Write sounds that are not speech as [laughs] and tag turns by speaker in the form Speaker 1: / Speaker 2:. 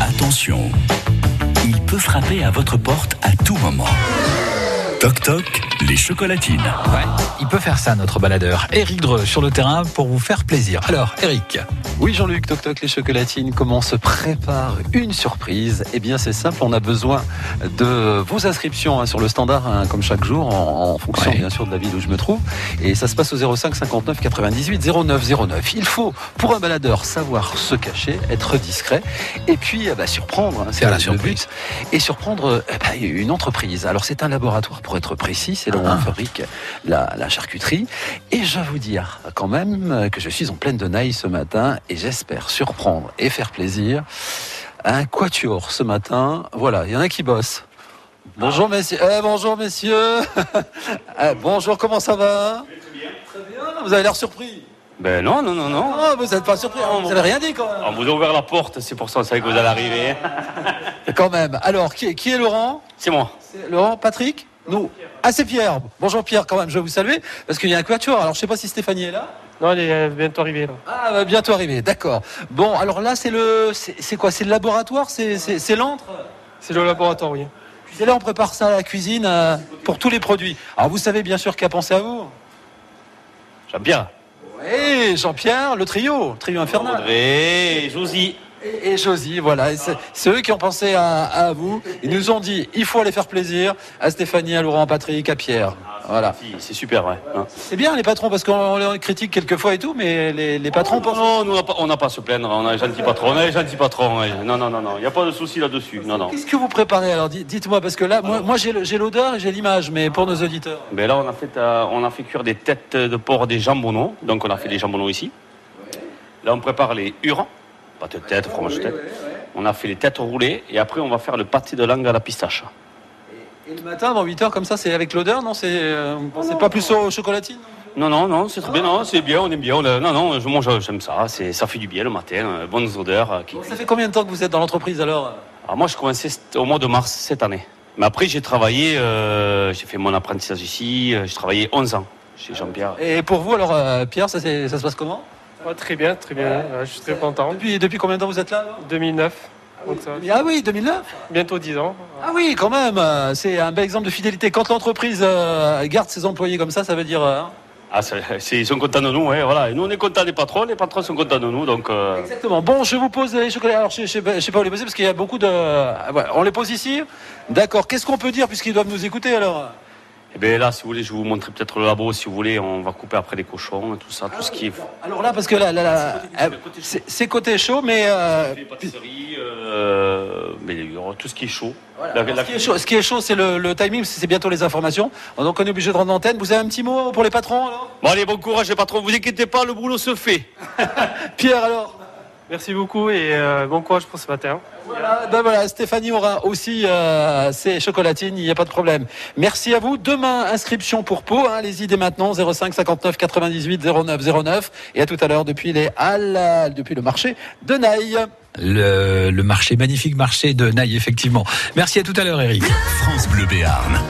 Speaker 1: Attention, il peut frapper à votre porte à tout moment. Toc toc, les chocolatines.
Speaker 2: Ouais, il peut faire ça, notre baladeur. Eric Dreux sur le terrain pour vous faire plaisir. Alors, Eric,
Speaker 3: Oui Jean-Luc, toc toc les chocolatines, comment se prépare une surprise Eh bien c'est simple, on a besoin de vos inscriptions hein, sur le standard hein, comme chaque jour en, en fonction
Speaker 2: Ouais.
Speaker 3: bien sûr de la ville où je me trouve et ça se passe au 05 59 98 09 09. Il faut pour un baladeur savoir se cacher, être discret et puis eh ben, surprendre, hein, c'est
Speaker 2: Faire la
Speaker 3: le
Speaker 2: surprise.
Speaker 3: but. et surprendre euh, eh ben, une entreprise. Alors c'est un laboratoire pour être précis, c'est là où
Speaker 2: Ah.
Speaker 3: on fabrique la, la charcuterie et je vais vous dire quand même euh, que je suis en pleine tenaille ce matin et j'espère surprendre et faire plaisir à un quatuor ce matin. Voilà, il y en a qui bossent. Bonjour messieurs. Eh, bonjour messieurs. [laughs] Eh, bonjour, comment ça va Très bien. Vous avez l'air surpris.
Speaker 4: Ben non, non, non, non.
Speaker 3: Ah, vous n'êtes pas surpris.
Speaker 4: Non,
Speaker 3: vous
Speaker 4: non.
Speaker 3: n'avez rien dit quand
Speaker 4: On
Speaker 3: même.
Speaker 4: vous a ouvert la porte, c'est pour ça on savait que vous allez arriver. hein.
Speaker 3: Quand même. Alors, qui est, qui est Laurent
Speaker 4: C'est moi.
Speaker 3: C'est Laurent, Patrick Nous. Ah, c'est Pierre. Bonjour Pierre, quand même. Je vais vous saluer parce qu'il y a un quatuor. Alors, je sais pas si Stéphanie est là.
Speaker 5: Non, elle est euh, bientôt arrivée. Là.
Speaker 3: Ah, bah, bientôt arrivé. D'accord. Bon, alors là, c'est le, c'est c'est quoi C'est le laboratoire C'est- C'est c'est l'antre
Speaker 5: C'est le laboratoire, oui.
Speaker 3: Et là, on prépare ça à la cuisine euh, pour tous les produits. Alors, vous savez bien sûr qui a pensé à vous
Speaker 4: J'aime bien.
Speaker 3: Oui, Jean-Pierre, le trio, le trio infernal.
Speaker 4: Audrey, Josie.
Speaker 3: Et, et Josie, voilà. Et c'est- C'est eux qui ont pensé à, à vous. Ils nous ont dit il faut aller faire plaisir à Stéphanie, à Laurent, à Patrick, à Pierre. Voilà.
Speaker 4: Si, C'est super, ouais. Hein.
Speaker 3: C'est bien les patrons, parce qu'on les critique quelquefois et tout, mais les, les patrons pensent.
Speaker 4: Non, nous, on n'a pas- on n'a pas à se plaindre, on a un gentil patron, on a un gentil patron. ouais. Non, non, non, non, il n'y a pas de souci là-dessus. Non, non.
Speaker 3: Qu'est-ce que vous préparez alors Dites- Dites-moi, parce que là, moi, moi j'ai le- j'ai l'odeur et j'ai l'image, mais pour nos auditeurs.
Speaker 4: Ben là, on a, fait, euh, on a fait cuire des têtes de porc des jambonnons, donc on a fait des jambonnons ici. Là, on prépare les hurons, pâte de tête, fromage de tête. On a fait les têtes roulées et après, on va faire le pâté de langue à la pistache.
Speaker 3: Et le matin, avant 8h, comme ça, c'est avec l'odeur, non C'est euh, vous pensez pas plus aux chocolatines non
Speaker 4: Non, non, non, c'est très bien, non, c'est bien, on aime bien. on a- non, non, je mange, j'aime ça, c'est, ça fait du bien le matin, euh, bonnes odeurs. euh, qui-
Speaker 3: Bon, Ça fait combien de temps que vous êtes dans l'entreprise alors
Speaker 4: Alors moi, je commençais c't- au mois de mars cette année. Mais après, j'ai travaillé, euh, j'ai fait mon apprentissage ici, euh, j'ai travaillé 11 ans chez Jean-Pierre.
Speaker 3: Et pour vous, alors, euh, Pierre, ça, c'est- ça se passe comment
Speaker 5: Ah, très bien, très bien. Euh, je suis très content.
Speaker 3: depuis, depuis combien de temps vous êtes là alors
Speaker 5: 2009. Donc ça va
Speaker 3: Ah oui, 2009
Speaker 5: bientôt 10 ans.
Speaker 3: Ah oui, quand même euh, C'est un bel exemple de fidélité. Quand l'entreprise euh, garde ses employés comme ça, ça veut dire... euh, hein.
Speaker 4: Ah, c'est, c'est- ils sont contents de nous, hein, voilà. Et nous, on est contents des patrons, les patrons sont contents de nous, donc... euh,
Speaker 3: Exactement. Bon, je vous pose les chocolats. Alors, je ne sais pas je sais pas où les poser parce qu'il y a beaucoup de... Ah, voilà, on les pose ici D'accord. Qu'est-ce qu'on peut dire puisqu'ils doivent nous écouter alors
Speaker 4: eh bien là, si vous voulez, je vais vous montrer peut-être le labo, si vous voulez, on va couper après les cochons, tout ça, tout ce qui est...
Speaker 3: Alors là, parce que là, là, là, euh, c'est c'est côté chaud, mais... euh,
Speaker 4: Les pâtisseries, euh, mais il y aura tout ce qui est chaud. La-
Speaker 3: Alors,
Speaker 4: la-
Speaker 3: Ce qui est chaud, ce qui est chaud, c'est le, le timing, parce que c'est bientôt les informations. Donc on est obligé de rendre l'antenne. Vous avez un petit mot pour les patrons alors
Speaker 4: Bon allez, bon courage les patrons, vous inquiétez pas, le boulot se fait.
Speaker 3: Pierre alors
Speaker 5: Merci beaucoup et euh, bon courage pour ce matin.
Speaker 3: Voilà, ben voilà, Stéphanie aura aussi euh, ses chocolatines, il n'y a pas de problème. Merci à vous. Demain, inscription pour Pau. hein, Allez-y dès maintenant, 05 59 98 09 09. Et à tout à l'heure depuis les halles, euh, depuis le marché de Naï.
Speaker 2: le, le marché, magnifique marché de Naï, effectivement. Merci à tout à l'heure, Eric.
Speaker 1: France Bleu Béarn.